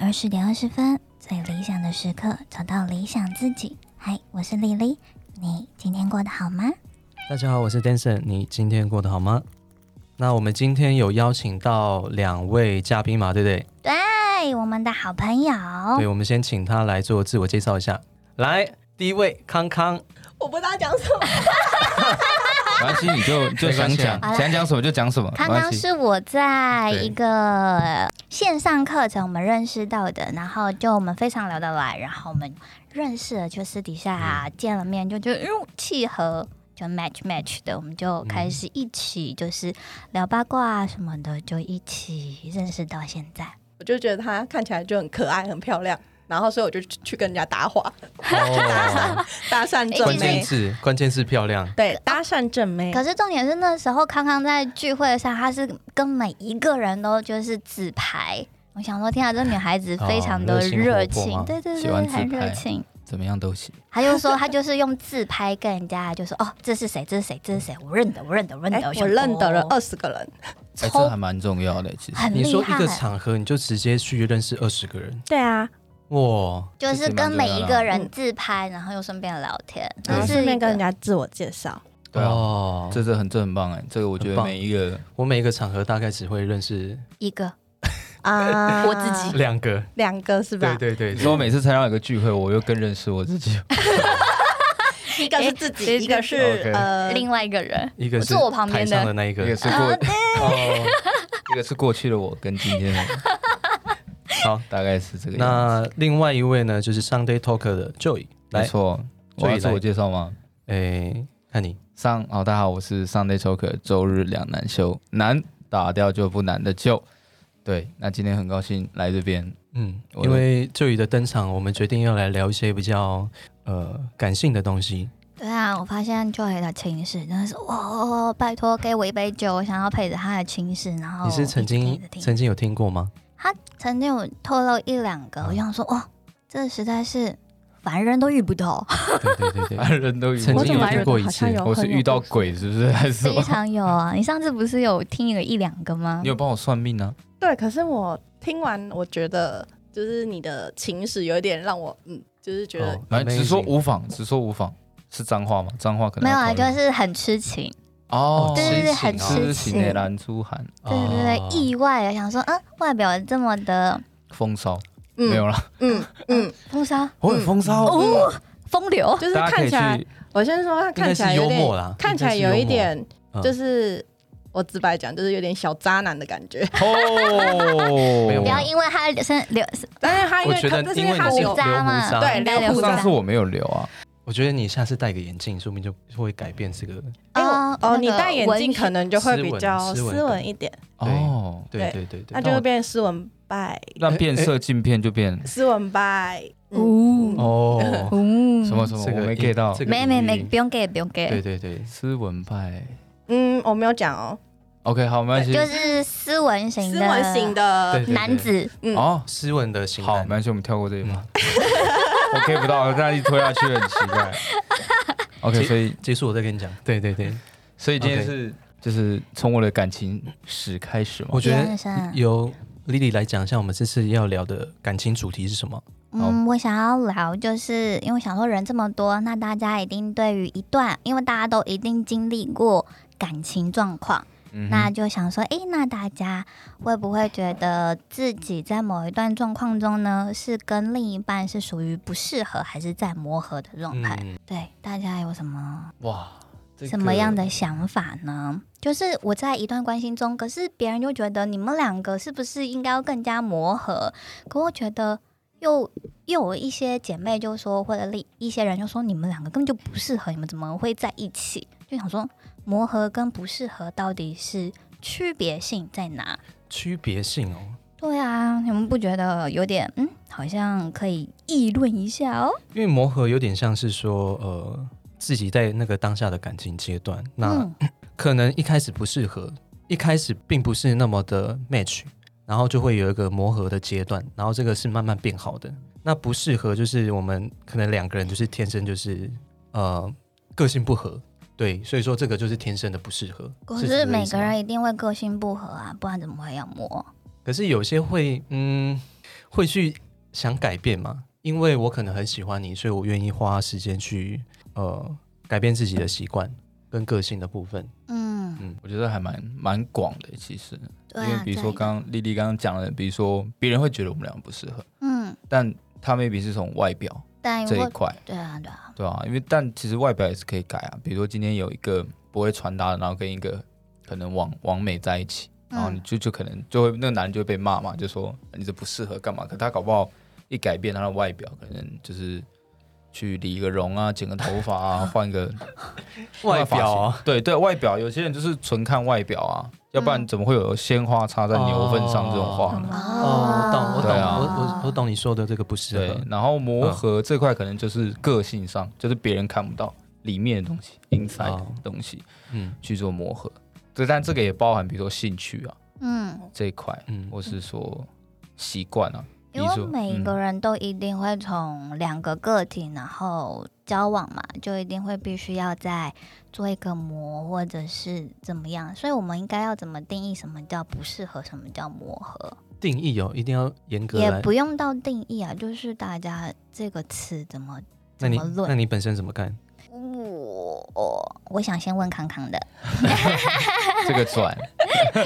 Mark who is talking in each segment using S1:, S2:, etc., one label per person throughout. S1: 二十点二十分，最理想的时刻，找到理想自己。嗨，我是丽丽，你今天过得好吗？
S2: 大家好，我是 Danson，你今天过得好吗？那我们今天有邀请到两位嘉宾嘛，对不对？
S1: 对，我们的好朋友，
S2: 对，我们先请他来做自我介绍一下。来，第一位康 康，哦
S3: 我不知道讲什么，
S4: 没关系，你就你就
S5: 没关
S4: 想
S5: 系啊
S4: 讲，想讲什么就讲什么，没
S1: 刚
S4: 关
S1: 刚
S4: 系。
S1: 是我在
S4: 对
S1: 一个线上课程我们认识到的，然后就我们非常聊得来，然后我们认识了，就私底下见了面，就就嗯契合。就 match match 的，我们就
S4: 嗯
S1: 开始一起就是聊八卦啊什么的，就一起认识到现在。
S3: 我就觉得她看起来就很可爱、很漂亮，然后所以我就去去跟人家搭话，
S2: 哦，
S3: 搭讪正
S1: 哎
S2: 关键
S3: 妹，
S2: 字，关键字漂亮，
S3: 对，搭讪正妹
S1: 可。是重点是那时候康康在聚会上，他是跟每一个人都就是自拍。我想说，天啊，这女孩子非常的
S2: 哦热情活泼
S1: 热情，对
S2: 吗
S1: 对
S4: 喜
S1: 对，
S4: 欢自
S1: 很
S4: 拍
S1: 热情。
S4: 怎么样都行。
S1: 他就说，他就是用自拍跟人家就说，哦，这是谁？这是谁？这是谁？我认得，我认得，我认
S3: 哎
S1: 得，，
S3: 我认得了
S1: 哦
S3: 二十个人，
S4: 哎，
S1: 超
S4: 这还蛮重要的，其实。
S1: 很
S2: 你
S1: 厉
S2: 说
S1: 害
S2: 一个，场合你就直接去认识二十个人，
S3: 对啊，
S2: 哇，
S1: 就是
S4: 这个蛮
S1: 跟每
S4: 重要
S1: 一
S4: 的
S1: 个
S4: 啊
S1: 人自拍，然后又顺便聊天，
S4: 对
S3: 然后
S1: 这是
S3: 顺便
S1: 一
S3: 跟
S1: 个
S3: 人家自我介绍，
S4: 对啊，
S2: 哦
S4: 这这很这很棒哎，这个我觉
S2: 很
S4: 得
S2: 棒
S4: 每一个
S2: 我每一个场合大概只会认 识
S1: 一个
S3: 啊，
S1: 我自己
S2: 两个，
S3: 两个是吧
S2: 对？对对
S4: 你，说我每次参加一个聚会，我又更认识我自己。
S3: 一个是自己，
S1: 哎
S3: 一个
S4: 对
S3: 是
S4: 对
S3: 呃，
S1: 另外一个人，
S2: 一个
S1: 不
S2: 是
S1: 是我旁
S2: 台
S1: 边
S2: 上的
S1: 的，
S2: 那一
S4: 一个
S2: 个，
S4: 是过，哦 一个是过去的我跟今天的我，
S2: 好。
S4: 大概是这个样
S2: 那另外一位呢，就是 Sunday Talker 的 Joy，
S4: 子。没
S2: 来，
S4: 错，我
S2: 所
S4: 要
S2: 以
S4: 自
S2: 来
S4: 我介绍吗？
S2: 哎，看你，
S4: 上哦，大家好，我是 Sunday Choker，周日两难休，难打掉就不难的救。对，那今天很高兴来这边，
S2: 嗯，
S4: 我
S2: 因
S4: 的
S2: 为就宇的登场，我们决定要来聊一些比较呃感性的东西。
S1: 对啊，我发现 Joy 的情史真的是，哇、哦，拜托给我一杯酒，我想要陪着他的情史。然后
S2: 你是曾
S1: 一
S2: 经
S1: 哦直听一直听
S2: 曾经有听过吗？
S1: 他曾经有透露一两个，
S2: 嗯
S1: 我想说，哇，这实在是凡人都遇不到，
S2: 对对对对，
S4: 凡人都
S2: 曾
S3: 我
S2: 经
S3: 怎么
S2: 有听过一
S3: 好
S2: 次
S3: 像，有
S4: 我是
S3: 很有
S4: 遇到
S3: 故事
S4: 鬼是不是？还是什
S1: 非
S4: 么？
S1: 常有啊。你上次不是有听了一两个吗
S4: 你？有帮我算命啊？
S3: 对，可是我听完，我觉得就是你的情史有一点让我，嗯，就是觉得
S2: 哦
S4: 反正只说
S2: amazing
S4: 无妨，只说无妨，是脏话吗？脏话可
S1: 没
S4: 能
S1: 有
S4: 要
S1: 啊，
S4: 考虑
S1: 就是很痴情，
S4: 哦，
S2: 对对
S1: 对
S4: 痴
S1: 很
S4: 情
S1: 痴
S4: 痴
S1: 情
S4: 情的蓝珠涵
S1: 对对
S2: 哦
S1: 对，意外啊，想说，嗯，外表这么的
S4: 风骚没有
S3: 嗯
S4: 啦，
S3: 嗯嗯，
S1: 风骚
S4: 我有风骚
S1: 哦，风流，
S3: 就是
S4: 大家可
S3: 看
S4: 以
S3: 起来，
S4: 去
S3: 我先说他
S2: 应
S3: 看
S2: 该
S3: 起
S2: 是
S3: 来有
S2: 幽
S3: 点
S2: 默啦，
S3: 看起来
S2: 应该
S3: 有
S2: 是
S3: 一
S2: 幽默，
S3: 点
S2: 嗯
S3: 就是。我直白讲，就是有点小渣男的感觉，
S2: 没有
S4: 哦
S1: 不。要因为他身流
S3: 但是他因
S2: 我
S3: 为
S2: 觉
S3: 他
S2: 得
S3: 这是
S2: 因
S3: 因
S2: 为
S3: 为
S2: 你
S3: 他
S2: 是
S3: 是
S2: 留
S1: 胡
S2: 胡
S1: 渣嘛
S2: 渣，
S3: 对
S1: 应该
S3: 留
S1: 胡
S3: 胡
S4: 上
S1: 渣
S3: 渣
S4: 次我没有留啊，
S2: 我觉得你下次戴个眼镜，说不定就会改变这个。
S3: 哎我
S1: 啊
S3: 哦，
S1: 那
S3: 你
S1: 个
S3: 戴眼
S1: 文
S3: 镜
S1: 学
S3: 可能就会
S2: 斯
S3: 比
S2: 文
S3: 较
S2: 斯文
S3: 斯
S2: 的
S3: 文一点，
S4: 哦，
S2: 对
S3: 对
S2: 对对对
S3: 那，就会变斯文败，
S4: 乱变色镜片就变
S3: 斯文败。嗯
S1: 哦
S2: 哦，
S1: 哦
S4: 什么什 么，
S2: 这个
S4: 我没 get 到
S2: 这个
S1: 没没
S2: 隐喻
S1: 没，不用给，不用给，
S2: 对对对，
S4: 斯文派。
S3: 嗯，我没有讲哦，
S4: OK，好，没关系
S1: 就。是斯文型
S3: 斯
S1: 的
S3: 文型的
S2: 对
S1: 男子，
S3: 嗯
S4: 哦，
S2: 斯文的型
S4: 好，没
S2: 男，
S4: 关系，我们跳过 这一趴。我 get 不到，这样一拖下去很奇 怪。OK，所以
S2: 结束我再跟你讲。对对对，
S4: 所以今天
S2: OK
S4: 是就是从我的感情史开始嘛。
S2: 我觉得
S1: 人生
S2: 由 Lily 来讲一下我们这次要聊的感情主题是什么？
S1: 嗯，我想要聊，就是因为我想说人这么多，那大家一定对于一段，因为大家都一定经历过感情状况，
S4: 嗯哼
S1: 那就想说，诶，那大家会不会觉得自己在某一段状况中呢，是跟另一半是属于不适合，还是在磨合的状态？
S2: 嗯，
S1: 对，大家有什么
S4: 哇，这个
S1: 什么样的想法呢？就是我在一段关系中，可是别人就觉得你们两个是不是应该要更加磨合？可我觉得又又有一些姐妹就说，或者另一些人就说，你们两个根本就不适合，你们怎么会在一起？就想说磨合跟不适合到底是区别性在哪？
S2: 区别性哦，
S1: 对啊，你们不觉得有点嗯，好像可以议论一下哦？
S2: 因为磨合有点像是说，呃，自己在那个当下的感情阶段，那
S1: 嗯
S2: 可能一开始不适合，一开始并不是那么的 match，然后就会有一个磨合的阶段，然后这个是慢慢变好的。那不适合就是我们可能两个人就是天生就是呃个性不合，对，所以说这个就是天生的不适合。
S1: 可
S2: 这
S1: 是
S2: 个意
S1: 每
S2: 思
S1: 个
S2: 吗
S1: 人一定会个性不合啊，不然怎么会要磨？
S2: 可是有些会，嗯，会去想改变嘛，因为我可能很喜欢你，所以我愿意花时间去呃改变自己的习惯跟个性的部分。
S1: 嗯，
S4: 我觉得还蛮蛮广的，其实，
S1: 对
S4: 因
S1: 啊
S4: 为，比如说
S1: 对
S4: 刚刚丽丽刚刚讲的，比如说别人会觉得我们俩不适合，
S1: 嗯，
S4: 但他 maybe 是从外表
S1: 但
S4: 这一
S1: 我
S4: 块，
S1: 对啊对啊，
S4: 对啊，因为但其实外表也是可以改啊，比如说今天有一个不会穿搭的，然后跟一个可能网网美在一起，然后你
S1: 嗯
S4: 就就可能就会那个男人就会被骂嘛，就说你这不适合干嘛？可他搞不好一改变他的外表，可能就是去理个容啊，剪个头发 啊，换个
S2: 外
S4: 换发
S2: 表、啊
S4: 型，对对，外表有些人就是纯看外表啊，要不然
S1: 嗯
S4: 怎么会有鲜花插在牛粪上这种话呢？
S2: 哦，我懂，我懂，
S4: 对啊
S2: 我我我懂你说的这个不适
S4: 对
S2: 合，，
S4: 然后磨
S2: 嗯
S4: 合这块可能就是个性上，就是别人看不到里面的东西，inside 的
S2: 哦
S4: 东西
S2: 嗯
S4: 去做磨合。这但这个也包含，比如说兴趣啊
S1: 嗯，
S4: 这一块，
S2: 嗯，
S4: 或是说习惯啊，比
S1: 因
S4: 如
S1: 为
S4: 说
S1: 每一个人都一定会从两个个体，然后交往嘛，就一定会必须要再做一个磨，或者是怎么样，所以我们应该要怎么定义什么叫不适合，什么叫磨合？
S2: 定义哦，一定要严格
S1: 也
S2: 来。
S1: 不用到定义啊，就是大家这个词怎么
S2: 那
S1: 怎
S2: 你
S1: 么
S2: 那
S1: 论？
S2: 你本身怎么看？
S1: 我我想先问康 康的，
S4: 这个转，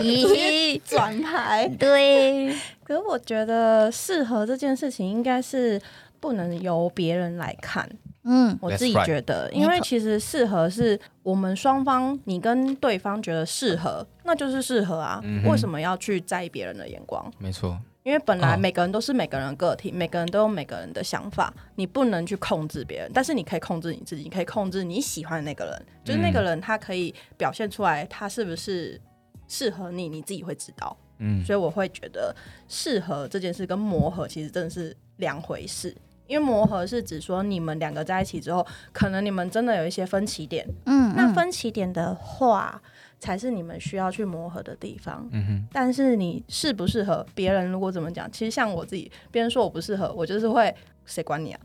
S1: 咦，
S3: 转牌。
S1: 对，
S3: 可是我觉得适合这件事情应该是不能由别人来看，
S1: 嗯
S3: 我
S4: That's
S3: 自己觉得
S1: right
S3: 因为其实适合是我们双方，你跟对方觉得适合，那就是适合啊。
S4: 嗯哼
S3: 为什么要去在意别人的眼光？
S4: 没错，
S3: 因为本来
S2: 哦
S3: 每个人都是每个人的个体，每个人都有每个人的想法，你不能去控制别人，但是你可以控制你自己，你可以控制你喜欢的那个人，就是
S4: 嗯
S3: 那个人他可以表现出来，他是不是适合你，你自己会知道。
S4: 嗯，
S3: 所以我会觉得适合这件事跟磨合其实真的是两回事。因为磨合是指说你们两个在一起之后，可能你们真的有一些分歧点，
S1: 嗯，
S3: 那分歧点的话，才是你们需要去磨合的地方。
S4: 嗯哼，
S3: 但是你适不适合别人，如果怎么讲，其实像我自己，别人说我不适合，我就是会谁管你啊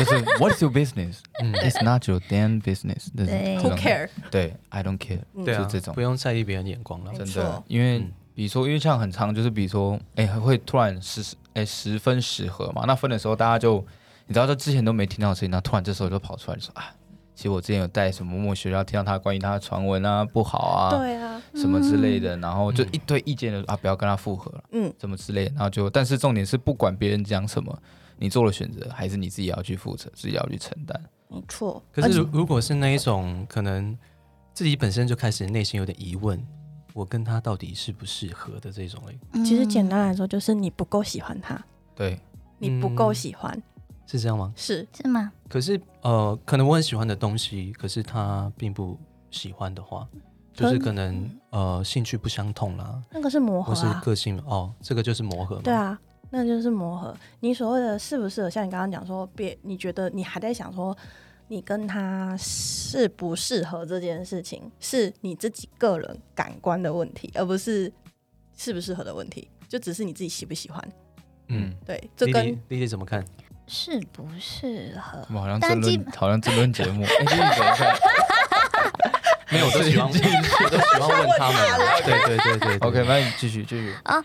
S4: 就是 What's your business?
S2: 嗯，
S4: It's not your damn business 这
S1: 嗯
S4: 种。
S1: 对
S4: 这
S3: ？Who
S4: 种
S3: care？
S4: 对，I don't care。
S2: 对啊
S4: 就这，种
S2: 不用在意别人眼光了
S3: 没。
S4: 真的
S3: 错，
S4: 因为
S2: 嗯
S4: 比如说，因为像很长，就是比如说，哎、会突然十哎、十分十合嘛，那分的时候大家就你知道，就之前都没听到的事情，那突然这时候就跑出来就说啊，其实我之前有带什么某某学校听到他关于他的传闻啊不好啊
S3: 对啊，
S4: 什么之类的，然后就一堆意见的啊不要跟他复合了，
S3: 嗯，
S4: 什么之类的，然后就但是重点是不管别人讲什么，你做了选择还是你自己要去负责，自己要去承担。
S3: 没错。
S2: 可是如如果是那一种可能自己本身就开始内心有点疑问，我跟他到底适不适合的这种嘞，
S1: 嗯
S3: 其实简单来说，就是你不够喜欢他，
S4: 对，
S3: 你不
S2: 嗯
S3: 够喜欢，
S2: 是这样吗？
S3: 是
S1: 是吗？
S2: 可是呃，可能我很喜欢的东西，可是他并不喜欢的话，就是可能呃兴趣不相同啦，
S3: 那个是磨合
S2: 或是
S3: 啊，
S2: 个性哦，这个就是磨合
S4: 嗯
S2: 嘛。
S3: 对啊，那就是磨合。你所谓的适不适合，像你刚刚讲说，别你觉得你还在想说，你跟他适不适合这件事情，是你自己个人感官的问题，而不是适不适合的问题，就只是你自己喜不喜欢。
S2: 嗯
S4: 嗯，，
S3: 对，这
S2: 丽
S3: 跟
S2: 丽丽丽怎么 看？
S1: 适不适合
S4: 我？们好像
S1: 但
S4: 争
S1: 基
S4: 论好像争论节 目，哎、就是等一 下。
S2: 没有，我都喜欢，我都喜欢问他们。啊对对对对
S4: OK，那你继续继续。
S1: 哦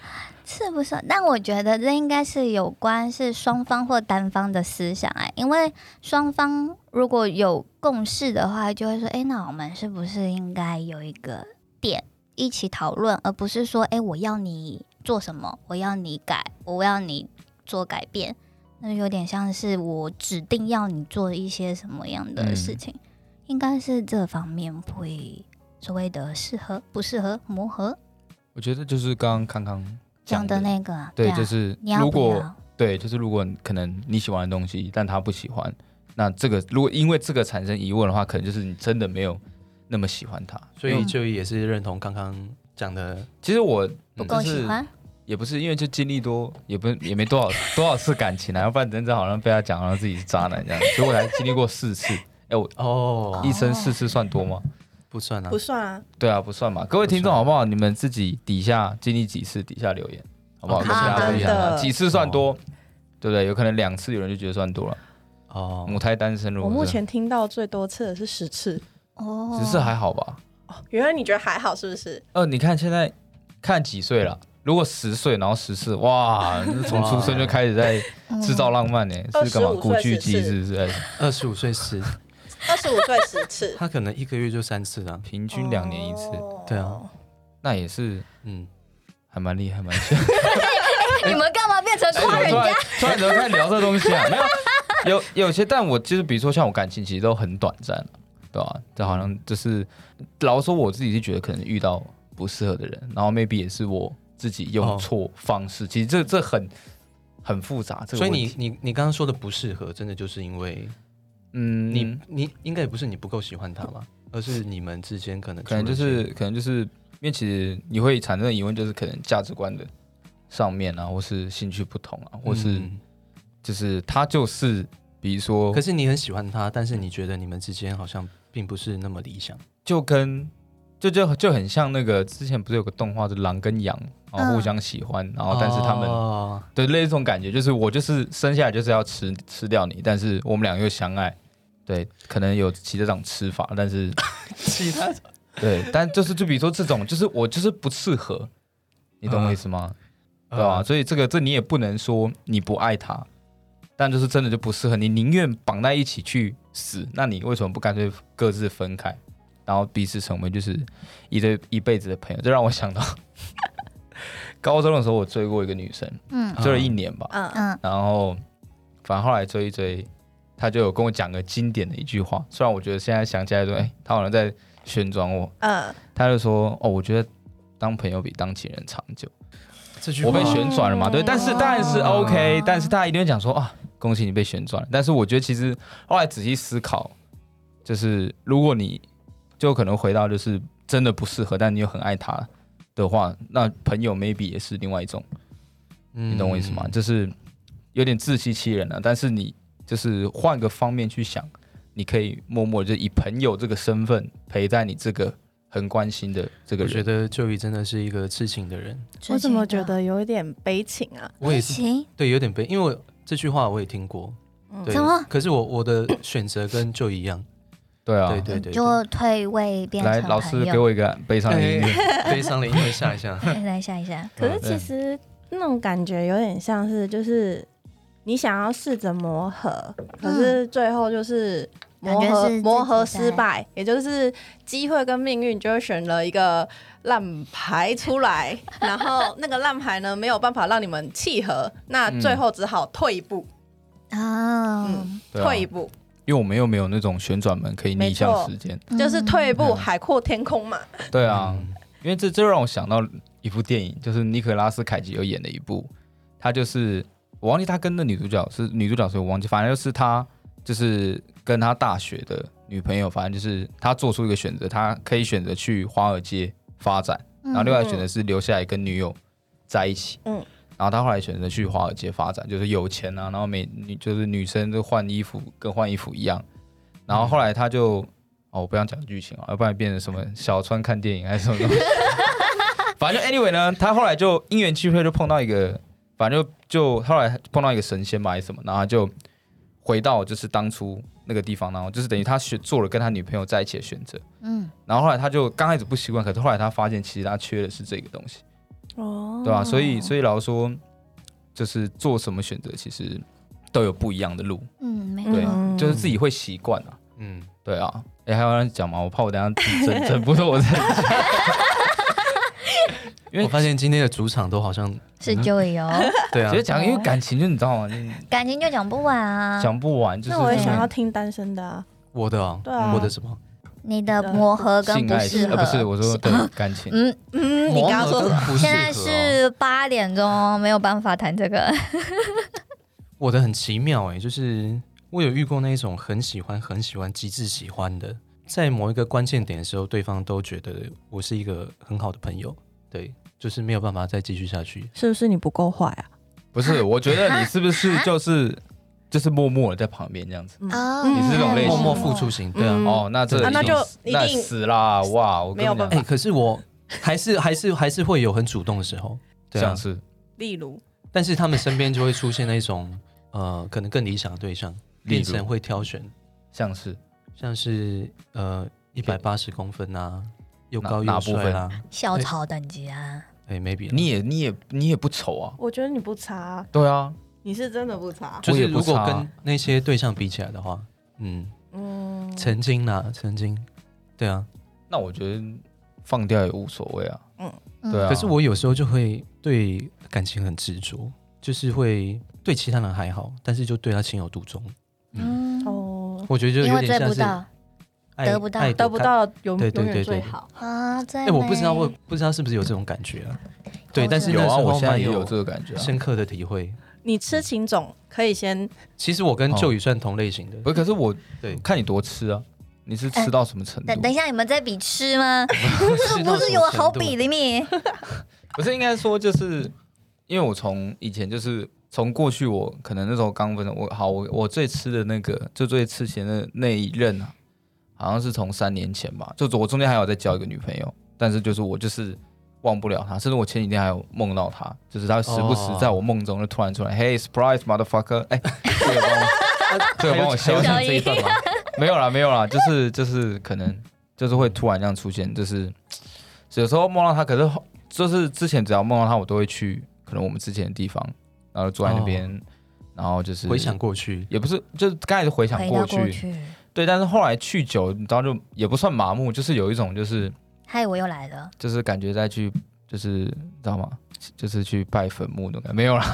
S1: 是不是？但我觉得这应该是有关是双方或单方的思想哎、因为双方如果有共识的话，就会说，哎、那我们是不是应该有一个点一起讨论，而不是说，哎、我要你做什么，我要你改，我要你做改变，那有点像是我指定要你做一些什么样
S4: 嗯
S1: 的事情，应该是这方面会所谓的适合、不适合、磨合
S4: 我觉得就是刚刚康康
S1: 讲
S4: 讲
S1: 的那个啊，
S4: 对，
S1: 啊
S4: 就是
S1: 你要
S4: 如
S1: 不
S4: 果
S1: 要？
S4: 对，就是如果可能你喜欢的东西，但他不喜欢，那这个如果因为这个产生疑问的话，可能就是你真的没有那么喜欢他。
S2: 所以就也是认同刚刚讲的，
S4: 其实我
S2: 不
S1: 够
S4: 就
S1: 喜
S4: 是
S1: 欢，
S4: 也不是因为就经历多，也不也没多少多少次感情啊，要不然真正好像被他讲好像自己是渣男这样，结果才经历过四次。哎，我
S2: 哦
S4: 一生四次算多吗？
S2: 不算啊
S3: 不，算啊，
S4: 对啊，不算嘛。各位听众好不好？你们自己底下经历几次，底下留言好不好？
S2: 哦
S4: 跟大家分享一
S3: 真
S4: 啊下
S3: 的
S4: 几次算多，对不对？有可能两次有人就觉得算多了。
S2: 哦，
S4: 母胎单身如
S3: 我
S4: 果
S3: 目
S4: 是
S3: 前听到最多次的是十次。
S1: 哦，
S4: 只是还好吧？
S3: 哦，原来你觉得还好是不是？
S4: 呃，你看现在看几岁了？如果十岁然后十四，哇，那从出生就开 始在
S3: 嗯
S4: 制造浪漫呢、是干嘛？
S3: 25
S4: 古巨基
S3: 岁是
S4: 是不是？
S2: 二十五岁时，
S3: 二十五岁十次，
S2: 他可能一个月就三次啊。
S4: 平均两年一次，
S3: 哦
S2: 对啊，
S4: 那也是
S2: 嗯，
S4: 还蛮厉害，蛮 强。
S1: 你们干嘛变成
S4: 哎，怎
S1: 夸
S4: 么
S1: 人
S4: 突然
S1: 家？
S4: 突然怎么开始聊这东西啊？没有，有有些，但我就是比如说像我感情其实都很短暂、对吧、这好像就是，老实说我自己是觉得可能遇到不适合的人，然后 maybe 也是我自己用错方式。其实这这很很复杂，这个
S2: 哦所以
S4: 问
S2: 你
S4: 题
S2: 你你刚刚说的不适合，真的就是因为
S4: 嗯，
S2: 你、
S4: 你
S2: 你应该也不是你不够喜欢他吧，而是你们之间可能
S4: 可能就
S2: 出了一
S4: 是
S2: 些
S4: 可能就是因为其实你会产生的疑问就是可能价值观的上面啊，或是兴趣不同啊，或是
S2: 嗯
S4: 就是他就是比如说
S2: 可是你很喜欢他，但是你觉得你们之间好像并不是那么理想。
S4: 就跟就就就很像那个之前不是有个动画，就是狼跟羊然
S1: 嗯
S4: 后互相喜欢，然后但是他们、
S2: 哦
S4: 对类似这种感觉，就是我就是生下来就是要吃吃掉你，但是我们俩又相爱，对，可能有其他种吃法，但是
S2: 其他
S4: 对，但就是就比如说这种，就是我就是不适合，你懂我意思吗？对啊吧、
S2: 嗯呃
S4: 所以这个这你也不能说你不爱他，但就是真的就不适合你，宁愿绑在一起去死，那你为什么不干脆各自分开，然后彼此成为就是一对一辈子的朋友？这让我想到 高中的时候，我追过一个女生，
S1: 嗯
S4: 追了一年吧，
S3: 嗯，
S1: 嗯
S4: 然后反正后来追一追，她就有跟我讲个经典的一句话，虽然我觉得现在想起来说，哎，她好像在宣传我，
S3: 嗯，
S4: 她就说，哦，我觉得当朋友比当情人长久。
S2: 这句
S4: 我
S2: 话
S4: 被旋转了嘛，对，但是当然是 OK，但是大家一定会讲说啊，恭喜你被旋转了。但是我觉得其实后来仔细思考，就是如果你就可能回到就是真的不适合，但你又很爱他的话，那朋友 maybe 也是另外一种，你懂我意思吗？
S2: 嗯
S4: 就是有点自欺欺人了、但是你就是换个方面去想，你可以默默地就以朋友这个身份陪在你这个很关心的这个
S2: 我觉
S4: 人。
S2: 得就宇真的是一个痴情的人，
S3: 我怎么觉得有一点悲情啊？
S2: 我也是
S1: 行？
S2: 对有点悲，因为我这句话我也听过，
S3: 嗯
S2: 对，
S1: 怎么
S2: 可是我我的选择跟就一样，
S4: 对啊，
S2: 对对对，
S1: 就退位变
S4: 来，
S1: 成
S4: 老师
S1: 朋
S4: 给
S1: 友？
S4: 我一个悲伤的音
S2: 对
S4: 乐。
S2: 悲伤的音乐下一下，
S1: 来下一下，
S4: 嗯
S3: 可是其实那种感觉有点像是，就是你想要试着磨合，可是最后嗯就是磨
S1: 感觉
S3: 合
S1: 是自己
S3: 磨合
S1: 在
S3: 失败，也就是机会跟命运就会选了一个烂牌出 来，然后那个烂牌呢没有办法让你们契合，那最
S4: 嗯
S3: 后只好退一步，
S1: 哦，
S4: 对啊
S3: 退一步
S4: 因为我们又没有那种旋转门可以逆向时间。
S3: 就是退一步
S4: 嗯
S3: 海阔天空嘛。
S4: 对
S2: 对
S4: 啊，因为这这让我想到一部电影，就是尼可拉斯凯奇有演的一部，他就是我忘记他跟那女主角是女主角谁我忘记，反正就是他就是跟他大学的女朋友，反正就是他做出一个选择，他可以选择去华尔街发展，
S1: 嗯
S4: 然后另外一个选择是留下来跟女友在一起。
S3: 嗯
S4: 然后他后来选择去华尔街发展，就是有钱啊，然后每女就是女生都换衣服跟换衣服一样。然后后来他就、哦，我不想讲剧情啊，要不然变成什么小川看电影还是什么东西。 反正 anyway 呢，他后来就因缘际会就碰到一个，反正就就后来碰到一个神仙吧还是什么，然后他就回到就是当初那个地方，然后就是等于他选做了跟他女朋友在一起的选择。
S1: 嗯，
S4: 然后后来他就刚开始不习惯，可是后来他发现其实他缺的是这个东西。
S3: 哦
S4: 对吧、啊所以，所以老实说，就是做什么选择，其实都有不一样的路，
S1: 嗯，没
S4: 对，
S1: 错，
S4: 就是自己会习惯啊，
S2: 嗯，
S4: 对啊。哎、还有人讲吗？我怕我等一下整整不是我在讲，因为
S2: 我发现今天的主场都好像
S1: 是 Joey 哦，
S4: 嗯
S2: 对啊
S4: 直接，讲，因为感情就你知道吗？你
S1: 感情就讲不完啊。
S4: 讲不完，就是
S3: 那我也
S4: 真的
S3: 想要听单身的啊，
S2: 我的啊
S3: 对啊
S2: 我的什么
S1: 你的磨合跟
S4: 性
S1: 不
S4: 爱
S1: 适
S4: 情，
S1: 合，
S4: 呃，不是我说的感情，
S1: 嗯，
S3: 嗯， 你刚刚说
S2: 磨合跟不适合哦
S3: 什么
S1: 现在是八点钟，没有办法谈这个。
S2: 我的很奇妙哎、就是我有遇过那一种很喜欢、很喜欢、极致喜欢的，在某一个关键点的时候，对方都觉得我是一个很好的朋友，对，就是没有办法再继续下去。
S3: 是不是你不够坏啊？
S4: 不是，我觉得你是不是就是就是默默的在旁边这样子？
S1: 哦
S3: 嗯
S4: 你是这种类型
S2: 默默付出型，对啊。
S3: 嗯
S4: 哦，那这
S2: 啊那
S4: 已经
S3: 就一定
S4: 那死啦！哇，我
S3: 没
S4: 跟你
S3: 有
S4: 讲
S3: 办法
S2: 哎、可是我还是还是还是会有很主动的时候，对啊
S4: 像。是
S3: 例如，
S2: 但是他们身边就会出现那种呃，可能更理想的对象，
S4: 例
S2: 变
S4: 如
S2: 成会挑选，
S4: 像是
S2: 像是呃一百八十公分啊，又
S4: 哪
S2: 高
S4: 哪
S2: 又
S4: 部
S2: 帅
S4: 分
S2: 啦、
S1: 校草等级啊，
S2: 哎，maybe 啦
S4: 你也你也你也不丑啊，
S3: 我觉得你不差，
S4: 对啊，
S3: 你是真的不差。
S2: 就
S4: 我
S2: 是
S4: 也不
S2: 如果
S4: 差啊
S2: 跟那些对象比起来的话，嗯，
S3: 嗯，
S2: 曾经啦，曾经，对啊，
S4: 那我觉得放掉也无所谓啊，
S1: 嗯
S4: 对啊。
S2: 可是我有时候就会对感情很执着，就是会对其他人还好，但是就对他情有独钟。
S1: 嗯，
S3: 哦，
S2: 我觉得就
S1: 因
S2: 有
S1: 为追
S2: 点像
S1: 不
S2: 是
S1: 到
S2: 爱
S1: 得不到
S2: 爱
S3: 得不
S2: 看。
S3: 到永
S2: 对对
S3: 永
S2: 对
S3: 远
S2: 对
S3: 最
S2: 对
S3: 好。
S1: 啊，真
S2: 哎、
S1: 的。
S2: 我不知道，我不知道是不是有这种感觉啊？对，
S1: 有
S2: 但是
S1: 有
S4: 有
S2: 那
S4: 啊，
S2: 时候
S4: 我现在
S2: 蛮
S4: 也有
S2: 有
S4: 这个感觉、啊。
S2: 深刻的体会。
S3: 你吃情种可以先
S2: 其实我跟旧宇算同类型的，
S4: 不是，可是我
S2: 对
S4: 看你多吃啊，你是吃到什么程度？
S1: 哎等等一下，你们在比吃吗？
S2: 是
S1: 这 不是有好比的咩？
S4: 不是应该说就是，因为我从以前就是从过去我可能那时候刚分手，我好我我最吃的那个就最吃前的那一任啊，好像是从三年前吧，就我中间还有在交一个女朋友，但是就是我就是忘不了她，甚至我前几天还有梦到她，就是她时不时
S2: 哦
S4: 在我梦中就突然出来、h e y surprise motherfucker，哎、 这个 帮我这个帮我消
S1: 啊还有
S4: 消
S1: 这
S4: 这
S1: 一
S4: 一段吗？ 没有啦，没有啦，就是就是可能就是会突然这样出现，就是有时候梦到他，可是后就是之前只要梦到他，我都会去可能我们之前的地方，然后坐在那边，然后就是
S2: 哦回想，过去，
S4: 也不是就是刚开始回想
S1: 回
S4: 过
S1: 到
S4: 去，
S1: 过去，
S4: 对，但是后来去久，你知道就也不算麻木，就是有一种就是
S1: 嗨，我又来了。
S4: 就是感觉再去就是你知道吗？就是去拜坟墓的感觉，没有啦，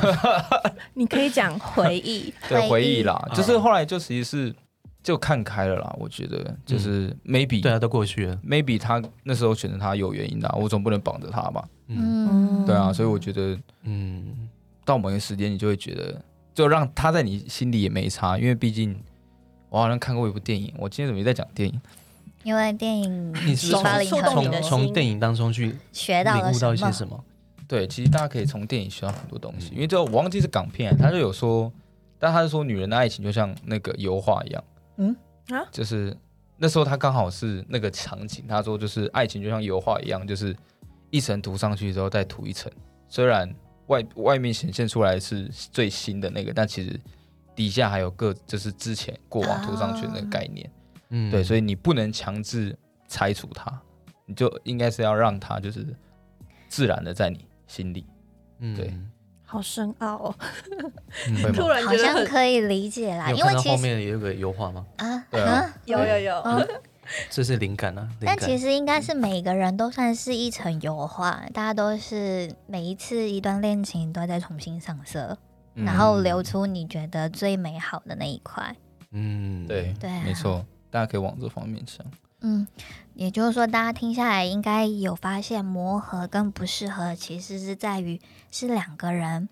S3: 你可以讲回忆，
S4: 对
S1: 回
S4: 回
S1: 忆
S4: 忆啦，
S2: 嗯
S4: 就是后来就其实是就看开了啦，我觉得就是 maybe、
S2: 嗯对啊，都过去了。
S4: maybe 他那时候选择他有原因的啊、我总不能绑着他吧？
S2: 嗯
S1: 嗯，
S4: 对啊，所以我觉得
S2: 嗯，
S4: 到某一个时间，你就会觉得，就让他在你心里也没差，因为毕竟我好像看过一部电影，我今天怎么也在讲电影？
S1: 因为电影
S2: 你是
S1: 启
S2: 不是
S1: 发了你
S3: 触
S1: 很
S3: 动你的
S2: 从
S1: 多，
S2: 从电影当中去
S1: 学到了
S2: 领悟到一
S1: 什
S2: 些
S1: 么？
S2: 什么？
S4: 对，其实大家可以从电影学到很多东西，因为这我忘记是港片，他就有说，但他就说女人的爱情就像那个油画一样，
S1: 嗯
S3: 啊
S4: 就是那时候他刚好是那个场景，他说就是爱情就像油画一样，就是一层涂上去之后再涂一层，虽然外外面显现出来是最新的那个，但其实底下还有各就是之前过往涂上去的那个概念，
S2: 嗯，
S4: 对，所
S2: 以
S4: 以你不能强制拆除它，你就应该是要让它就是自然的在你心里。对
S3: 好深奥哦，
S2: 嗯
S4: 会吗
S3: 突然
S1: 好
S3: 觉得
S1: 像
S3: 很
S1: 可以理解啦，
S2: 你
S1: 因
S2: 有看
S1: 为
S2: 到
S1: 其
S2: 后
S1: 实
S2: 面也有个油画吗？
S1: 啊
S4: 对啊
S1: 啊，
S3: 有有有，
S1: 嗯
S2: 这是灵感啊，灵
S1: 但
S2: 感。
S1: 其实应该是每个人都算是一层油画，大家都是每一次一段恋情都在重新上色，
S4: 嗯
S1: 然后留出你觉得最美好的那一块。
S2: 嗯，
S4: 对
S1: 对啊
S4: 没错，大家可以往这方面想。
S1: 嗯，也就是说，大家听下来应该有发现，磨合跟不适合其实是在于是两个人，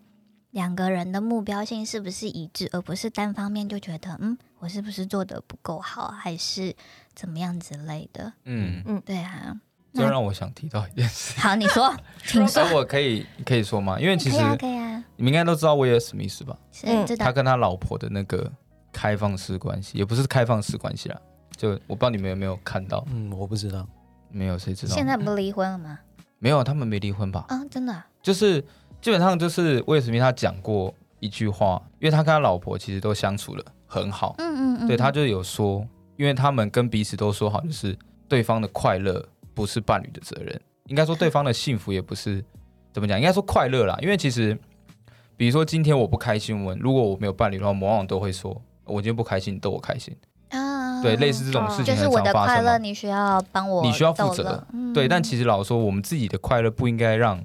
S1: 两个人的目标性是不是一致，而不是单方面就觉得，嗯，我是不是做的不够好，还是怎么样之类的。
S4: 嗯，
S1: 对啊，
S4: 这让我想提到一件 事，
S1: 好，你说，请说
S4: 所。以我可以可以说吗？因为其
S1: 可
S4: 实
S1: 以啊，可以啊，
S4: 你们应该都知道威尔史密斯吧？
S1: 是、
S3: 嗯
S1: 知道
S4: 他。跟他老婆的那个开放式关系，也不是开放式关系啦，就我不知道你们有没有看到，
S2: 嗯，我不知道。
S4: 没有谁知道？
S1: 现在不离婚了吗？
S4: 没有，他们没离婚吧？
S1: 啊、真的啊、
S4: 就是基本上就是威尔史密斯他讲过一句话，因为他跟他老婆其实都相处的很好，
S1: 嗯嗯嗯，
S4: 对他就有说，因为他们跟彼此都说好，就是对方的快乐不是伴侣的责任，应该说对方的幸福也不是怎么讲，应该说快乐啦。因为其实，比如说今天我不开心，我如果我没有伴侣的话，我往往都会说，我今天不开心，你逗我开心，
S1: 啊，
S4: 对，类似这种事
S1: 就
S4: 情
S1: 是
S4: 很
S1: 我
S4: 常
S1: 的
S4: 发
S1: 快
S4: 生
S1: 乐，
S4: 嘛。
S1: 你需要帮我，
S4: 你需要负责，
S1: 嗯、
S4: 对，但其实老实说，我们自己的快乐不应该让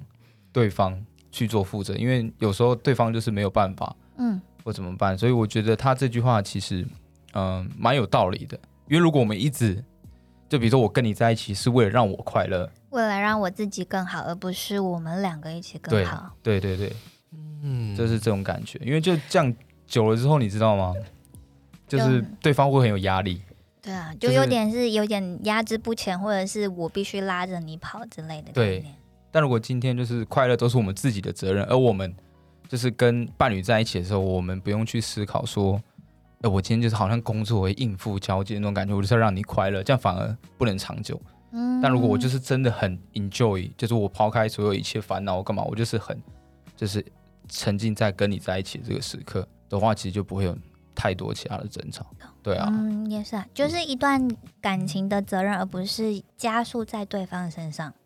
S4: 对方去做负责，因为有时候对方就是没有办法，
S1: 嗯
S4: 或怎么办？所以我觉得他这句话其实，嗯、蛮有道理的。因为如果我们一直，就比如说我跟你在一起是为了让我快乐，
S1: 为了让我自己更好，而不是我们两个一起更
S4: 对
S1: 好。
S4: 对对对，
S2: 嗯，
S4: 就是这种感觉。因为就这样久了之后，你知道吗？就是
S1: 嗯
S4: 对方会很有压力。
S1: 对啊，就
S4: 就是
S1: 有点是有点压制不前，或者是我必须拉着你跑之类的概
S4: 对
S1: 念。
S4: 但如果今天就是快乐都是我们自己的责任，而我们就是跟伴侣在一起的时候，我们不用去思考说，哎、我今天就是好像工作为应付交际那种感觉，我就是要让你快乐，这样反而不能长久。
S1: 嗯，
S4: 但如果我就是真的很 enjoy，就是我抛开所有一切烦恼，我干嘛？我就是很就是沉浸在跟你在一起的这个时刻的话，其实就不会有太多其他的争吵。对啊，
S1: 嗯，也是啊，就是一段感情的责任，而不是加速在对方身上。
S4: 嗯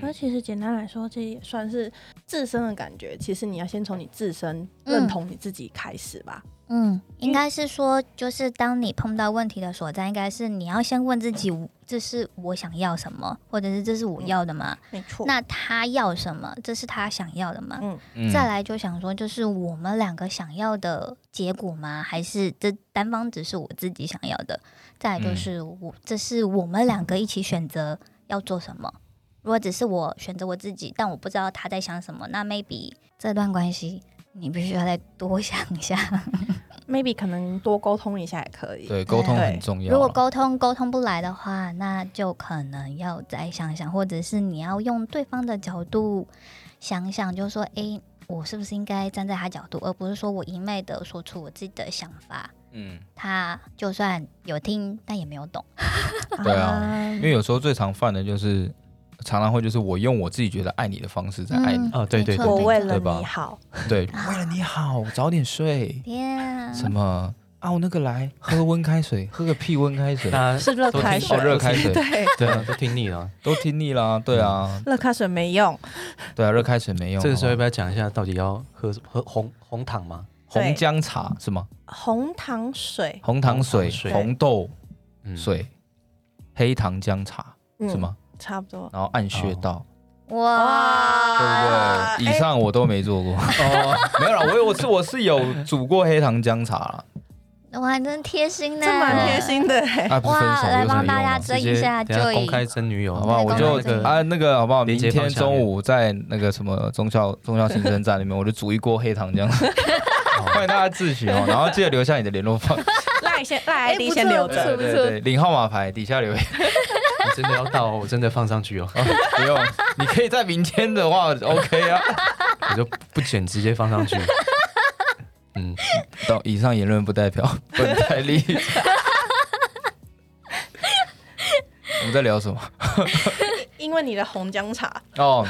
S3: 那其实简单来说，这也算是自身的感觉。其实你要先从你自身
S1: 嗯
S3: 认同你自己开始吧。
S1: 嗯，应该是说，就是当你碰到问题的所在，应该是你要先问自己，这是我想要什么，或者是这是我要的吗？
S3: 没错
S1: 那他要什么？这是他想要的吗？
S3: 嗯，
S4: 嗯
S1: 再来就想说，就是我们两个想要的结果吗？还是这单方只是我自己想要的？再来就是我，这是我们两个一起选择要做什么。如果只是我选择我自己，但我不知道他在想什么，那 maybe 这段关系你必须要再多想一下。
S3: maybe 可能多沟通一下也可以。
S4: 对沟通
S3: 对
S4: 很重要啊。
S1: 如果沟通沟通不来的话，那就可能要再想想，或者是你要用对方的角度想想，就说，诶，我是不是应该站在他角度，而不是说我一昧的说出我自己的想法。
S4: 嗯，
S1: 他就算有听，但也没有懂。
S4: 对啊
S1: 嗯
S4: 因为有时候最常犯的就是，常常会就是我用我自己觉得爱你的方式在
S3: 嗯
S4: 爱你，
S2: 哦对
S1: 没
S2: 对
S1: 错
S2: 对
S3: 我为了
S4: 对吧
S3: 你好，
S1: 嗯
S4: 对，
S1: 啊
S4: 为了你好，早点睡，
S1: 天，啊
S4: 什么熬那个来，喝温开水，喝个屁温开水，
S2: 大家
S3: 是热
S2: 都
S3: 开
S2: 听
S3: 水，
S4: 哦热开水
S3: 对，
S4: 对 啊，
S2: 都听腻了。
S4: 都听 腻啦，对啊，
S3: 热开水没用，
S4: 对啊，热开水没用，
S2: 嗯这个时候
S4: 好
S2: 要
S4: 不
S2: 不
S4: 好
S2: 要讲一下，到底要喝什么喝红红糖吗？
S3: 对
S4: 红姜茶是吗？
S3: 红糖水
S4: 红糖
S2: 红
S4: 水
S2: 糖、水
S4: 红豆
S2: 嗯，
S4: 水、黑糖姜茶是？
S3: 嗯
S4: 吗？
S3: 差不多。
S4: 然后按穴道，对
S2: 哦
S1: 哇
S3: 哇，
S1: 哎
S4: 不对？以上我都没做过，哦， 没有啦，我有我是我是有煮过黑糖姜茶啦，
S1: 哇，真贴心呢、
S3: 这蛮贴心的欸，
S4: 啊，不是分
S1: 哎哇，
S4: 手
S1: 来
S4: 有什么
S1: 帮
S4: 用
S1: 大家？
S4: 啊
S1: 争一
S2: 直接
S1: 下
S2: 等一下公开
S1: Joy，
S2: 真女友，
S4: 好不好？我
S1: 对
S4: 就
S1: 公开
S4: 啊，那个好不好？明
S2: 连接
S4: 天
S2: 放下
S4: 中午在那个什么中校中校新生站里面，我就煮一锅黑糖浆， 欢迎大家自取哦。然后记得留下你的联络方式，
S3: 赖先赖
S1: 哎
S3: ID
S1: 不
S3: 先
S1: 错
S3: 留
S1: 不
S3: 着。
S1: 错
S4: 对对对，领号码牌底下留言。
S2: 你真的要到哦，我真的放上去哦，
S4: 哦不用，你可以在明天的话 OK 啊。
S2: 我就不剪，直接放上去。 嗯，
S4: 到以上言论不代 表本台立场。我们在聊什么？
S3: 因为你的红姜茶，
S4: 哦，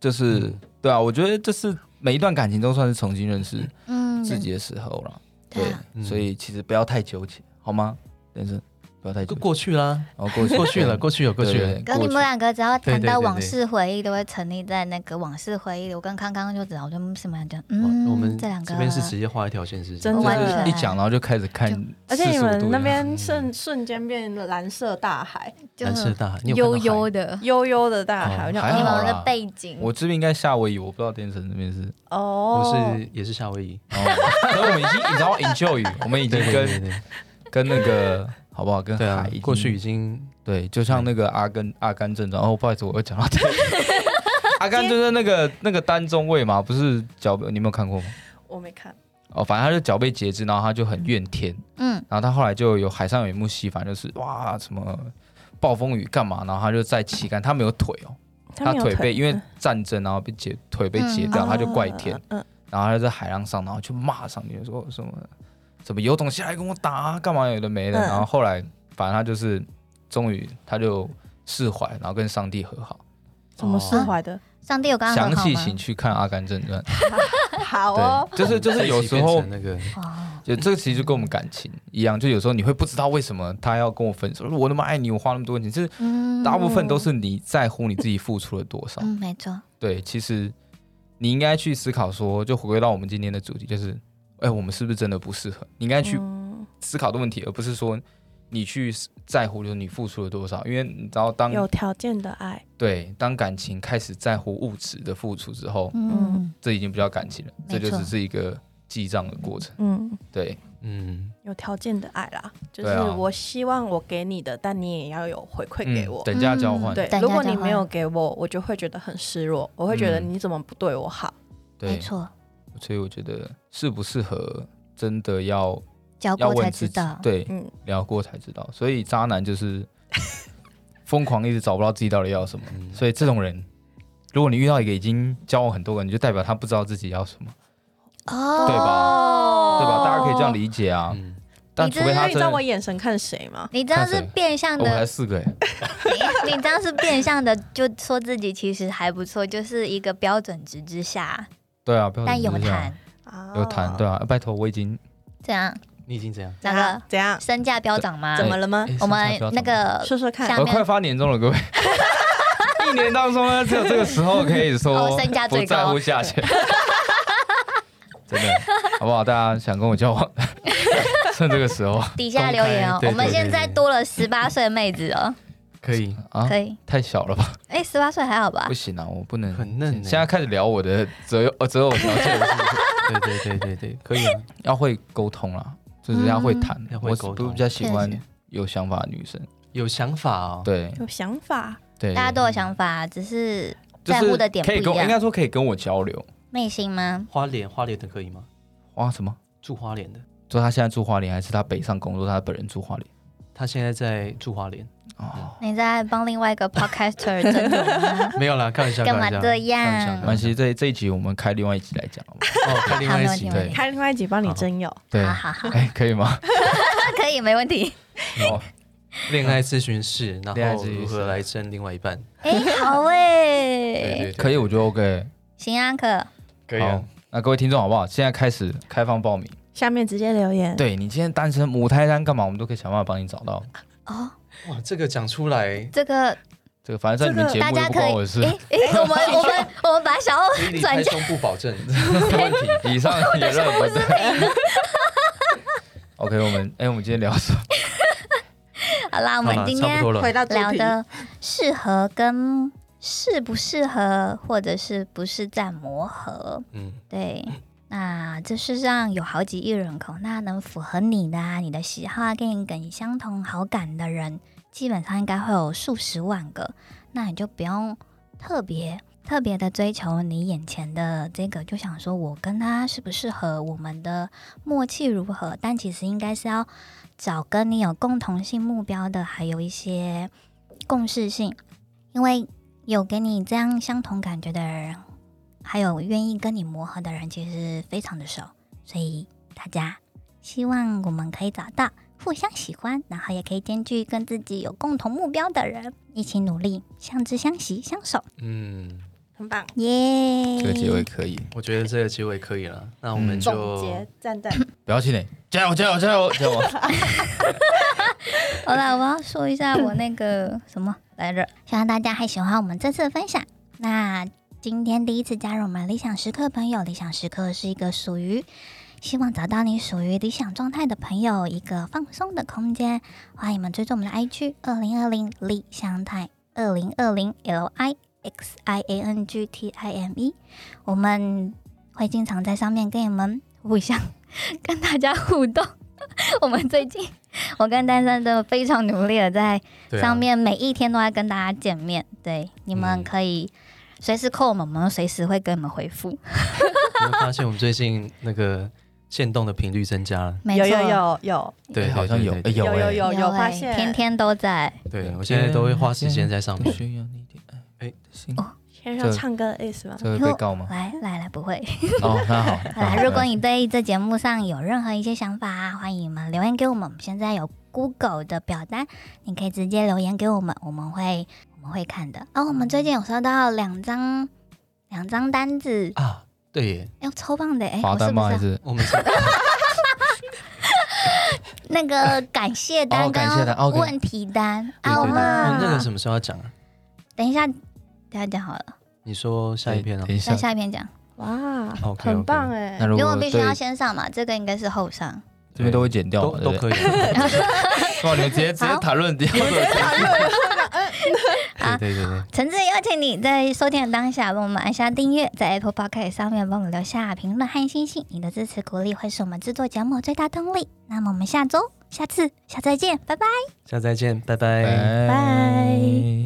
S4: 就是对啊，我觉得就是每一段感情都算是重新认识
S1: 嗯，
S4: 自己的时候了。
S1: 对啊
S2: 嗯
S4: 所以其实不要太纠结，好吗？人生不要太
S2: 过
S4: 纠结，
S2: 过去啦，
S4: 然后过去
S2: 过去了，过去了，过去了
S4: 对。
S1: 跟
S4: 过
S1: 你
S4: 去
S1: 们两个只要
S2: 对
S1: 谈
S2: 对
S1: 到
S2: 对
S1: 往
S2: 对
S1: 事回忆，都会沉溺在那个往事回忆里。我跟康康就知道，我就什么讲，
S2: 哇
S1: 嗯，
S2: 哦我们
S1: 这两个
S2: 这边是直接画一条线，是不是
S3: 真的
S1: 完
S4: 就是
S1: 全
S4: 一讲，然后就开始看45度的，
S3: 而且你们那边瞬瞬间变蓝色大海，
S1: 就
S2: 哦蓝色大海，你有看到
S1: 悠
S2: 海
S1: 悠的
S3: 悠悠的大
S2: 哦
S3: 海，我想
S4: 还
S1: 迷
S4: 好
S1: 蒙
S4: 啦
S1: 的背景。
S4: 我这边应该夏威夷，我不知道电城那边是。
S3: 哦，
S2: 我是也是夏威夷，
S4: 哦，所以我们已经你知道 enjoy，我们已经
S2: 对对对
S4: 跟
S2: 对
S4: 跟那个好不好？跟
S2: 对啊
S4: 海已经，
S2: 过去已经
S4: 对，就像那个阿根阿甘正传，哦，不好意思，我又讲到这个。阿甘就是那个那个单中尉嘛，不是脚你有没有看过吗？
S3: 我没看，
S4: 哦，反正他就脚被截肢，然后他就很怨天，
S1: 嗯，
S4: 然后他后来就有海上有一幕戏，反正就是哇什么暴风雨干嘛，然后他就在旗杆，他没有腿哦，他
S3: 没有
S4: 被因为战争然后被截腿被截掉，
S1: 嗯
S4: 他就怪天，，
S3: 嗯
S4: 然后他就在海浪上，然后就骂上面说什么怎么有种下来跟我打、干嘛有的没的，
S3: 嗯
S4: 然后后来反正他就是终于他就释怀，然后跟上帝和好。
S3: 怎么释
S2: 哦
S3: 怀的？
S1: 上帝有刚刚
S4: 详
S1: 很好
S4: 细
S1: 吗？
S4: 请去看《阿甘正传
S3: 好哦》，，
S4: 对，就是就是有时候
S2: 变成那个
S1: 哦，
S4: 就这个其实就跟我们感情一样，就有时候你会不知道为什么他要跟我分手，我那么爱你，我花那么多钱，就是
S1: 嗯，
S4: 大部分都是你在乎你自己付出了多少。
S1: 嗯，没错，
S4: 对，其实你应该去思考说，就回归到我们今天的主题，就是，哎，我们是不是真的不适合？你应该去
S3: 嗯
S4: 思考的问题，而不是说你去在乎就是你付出了多少，因为你知道当
S3: 有条件的爱，
S4: 对当感情开始在乎物质的付出之后，
S1: 嗯，
S4: 这已经不叫感情了，
S1: 没
S4: 这就
S1: 错
S4: 只是一个记账的过程。
S3: 嗯，
S4: 对，
S2: 嗯，
S3: 有条件的爱啦，就是
S4: 对啊
S3: 我希望我给你的，但你也要有回馈给我。
S4: 等价交换，
S1: 嗯
S3: 对
S1: 等，价
S3: 如果你
S1: 交换
S3: 没有给我，我就会觉得很失落，我会觉得
S4: 嗯
S3: 你怎么不对我好？
S1: 没
S4: 对，
S1: 错，
S4: 所以我觉得适不适合真的要
S1: 教
S4: 要
S1: 过才
S4: 问
S1: 知
S4: 自己
S1: 道，，
S4: 对，
S3: 嗯，
S4: 聊过才知道。所以渣男就是 疯狂一直找不到自己到底要什么，
S2: 嗯
S4: 所以这种人。如果你遇到一个已经交往很多个，你就代表他不知道自己要什么，
S1: 哦，
S4: 对对吧？大家可以这样理解啊。
S2: 嗯
S4: 但
S1: 你
S4: 除
S1: 真
S4: 非
S1: 的
S4: 他
S3: 那你
S4: 真
S3: 知
S4: 的
S3: 道，我眼神看谁吗？
S1: 你这样
S4: 看
S1: 是
S4: 谁
S1: 变相
S4: 我们才
S1: 的，
S4: 四个哎，
S1: 你这样是变相的，就说自己其实还不错，就是一个标准值之下，
S4: 对啊，不要
S1: 但有
S4: 你是这样
S1: 谈，哦
S3: 啊
S4: 有谈，对啊，拜托，我已经
S1: 这样
S2: 你已经这样，
S1: 哪
S3: 怎
S1: 个
S3: 样？怎样？
S1: 身价飙涨吗？
S3: 啊怎么了吗？
S4: 哎
S1: 我
S4: 上
S1: 们
S4: 下不要
S1: 那
S4: 这么
S1: 个
S3: 说说看
S1: 下
S4: 我
S1: 面
S4: 快发年终了，各位，一年当中呢，只有这个时候可以说
S1: 哦身价
S4: 不
S1: 最
S4: 在
S1: 高
S4: 乎价 钱，真的好不好？大家想跟我交往， 趁这个时候
S1: 底下留言哦
S2: 公开，对
S1: 我们
S2: 对
S1: 现在
S2: 对
S1: 多了十八岁妹子哦，
S2: 可以，
S4: 啊
S1: 可，以。
S4: 太小了吧？
S1: 哎，十八岁还好吧
S4: 不？行啊，我不能
S2: 很嫩欸
S4: 现在开始聊 我的择偶呃择偶条件，
S2: 对对对对对，可以啊，
S4: 要会沟通啦，就是要会谈
S2: 嗯。要会
S4: 我
S2: 沟
S4: 不
S2: 通
S4: 比较喜欢
S2: 确实
S4: 有想法的女生，
S2: 有想法哦。
S4: 对
S3: 有想法，
S4: 对，
S1: 大家都有想法，只是
S4: 就
S1: 在
S4: 是
S1: 乎的点不
S4: 可以
S1: 一
S4: 跟我应
S1: 样。
S4: 该说可以跟我交流。
S1: 妹心吗？
S2: 花莲花莲的可以吗？
S4: 哇，什么？
S2: 住花莲的，
S4: 说他现在住花莲，还是他北上工作，他本人住花莲？
S2: 他现在在住花莲，
S1: 啊
S4: 哦，
S1: 你在帮另外一个 podcaster 争夺吗？
S2: 没有啦，开玩笑，
S1: 干嘛
S2: 开玩笑
S1: 这样
S2: 开玩笑
S4: 没关系，这这一集我们开另外一集来讲好吗？
S2: 哦，看另外
S1: 好没
S2: 一集
S1: 问题没
S4: 对
S1: 问题
S3: 开另外一集帮你征友，
S4: 对
S1: 好，好好，
S4: 哎，可 以吗？
S1: 可以，没问题。
S4: 哦，
S2: 恋爱咨询室，
S4: 恋爱
S2: 然
S4: 咨
S2: 后
S4: 询室
S2: 如何来争另外一半？
S1: 哎，好
S2: 对
S1: 哎，
S2: 对，对
S4: 可以，我觉得 OK。
S1: 行啊，可
S2: 可
S4: 好，那各位听众好不好？现在开始开放报名。
S3: 下面直接留言。
S4: 对你今天单身母胎单干嘛，我们都可以想办法帮你找到。
S1: 哦，
S2: 哇，这个讲出来，
S1: 这个
S4: 这个反正在你们节
S1: 大
S4: 目又
S1: 家
S4: 不
S1: 可
S4: 关
S1: 以
S4: 我的事。
S1: 哎哎，我们我们我们把小欧
S2: 离
S1: 转
S2: 开
S1: 嫁
S2: 胸部保 证没问题。
S4: 以上言论不对。OK，我们哎，我们今天聊什么？
S1: 好啦，我
S2: 好
S1: 们
S2: 了，
S1: 今
S2: 差
S1: 天
S2: 不多
S3: 回
S2: 了。
S3: 到主
S1: 聊
S3: 题，
S1: 的适合跟适不适合，或者是不是在磨合。
S2: 嗯，
S1: 对，那这世上有好几亿人口，那能符合你的、啊、你的喜好啊，跟你跟你相同好感的人，基本上应该会有数十万个。那你就不用特别特别的追求你眼前的这个，就想说我跟他适不适合，我们的默契如何。但其实应该是要找跟你有共同性目标的，还有一些共识性，因为有给你这样相同感觉的人，还有愿意跟你磨合的人，其实非常的少。所以大家希望我们可以找到互相喜欢，然后也可以兼具跟自己有共同目标的人，一起努力，相知相惜，相守，
S2: 嗯，
S3: 很棒。
S1: 耶、
S4: 这个结尾可以，
S2: 我觉得这个结尾可以了。那我们
S4: 嗯
S2: 就
S3: 总结 赞赞，
S4: 不要气馁，加油加油加油加油！
S1: 好了，我要说一下我那个什么来着，希望大家还喜欢我们这次的分享。那今天第一次加入我们理想时刻朋友，理想时刻是一个属于希望找到你属于理想状态的朋友一个放松的空间。欢迎你们追踪我们的 IG 二零二零理想台二零二零 L I X I A N G T I M E，我们会经常在上面跟你们互相 跟大家互动。 我们最近我跟丹丹真的非常努力的在
S2: 对啊
S1: 上面每一天都在跟大家见面，对，你们
S2: 嗯
S1: 可以随时扣我们，我们随时会跟你们回复。
S2: 你会发现我们最近那那个限动的频率增加了。
S1: 没
S3: 有
S1: 错，
S3: 有有有
S2: 对，
S4: 哎好像有
S2: 对
S4: 哎
S2: 对
S4: 有
S3: 有有
S4: 哎。
S3: 有有
S1: 欸
S3: 发现，
S1: 天天都在。
S2: 对我现在都会花时间在上面。
S4: 需要你的爱
S2: 哎
S4: 的心。
S1: 哦
S3: 先生唱歌的意思吗？
S4: 这会被告 吗？
S1: 来来来，不 会。
S4: 哦，那好，那好
S1: 来，如果你对这节目上有任何一些想法啊，欢迎你们留言给我们。我们现在有 Google 的表单，你可以直接留言给我们，我们会我们会看的。哦，我们最近有收到两张两张单子，
S2: 啊，对耶，
S1: 要抽棒的哎，
S4: 罚
S1: 我是
S4: 单
S1: 不
S4: 吗？
S1: 是
S4: 还
S1: 啊
S4: 是
S2: 我们是
S1: 那个感谢
S4: 哦
S1: 单
S4: 感谢单
S1: 跟
S4: ，OK
S1: 问题单
S2: 对对对，
S1: 啊？我
S2: 哦
S1: 们
S2: 那个什么时候要讲啊？
S1: 等一下，等一下讲好了，
S2: 你说下一篇啊
S4: 等一下
S1: 在，下一篇讲。
S3: 哇，
S2: OK，OK
S3: 很棒哎
S4: 那！如
S1: 因为
S4: 果
S1: 我必须
S4: 对
S1: 要先上嘛，这个应该是后上。
S4: 这边都会剪掉
S2: 都
S4: 嘛，
S2: 都可
S4: 以。
S2: 以。
S4: 哇，你们直接直接
S1: 好
S4: 谈论掉了。
S2: 对对对对，
S1: 诚挚邀请你在收听的当下，帮我们按下订阅，在 Apple Podcast 上面帮我们留下评论和星星，你的支持鼓励会是我们制作节目的最大动力。那么我们下周、下次、下次再见，拜拜。
S2: 下次再见，拜拜。
S3: 拜。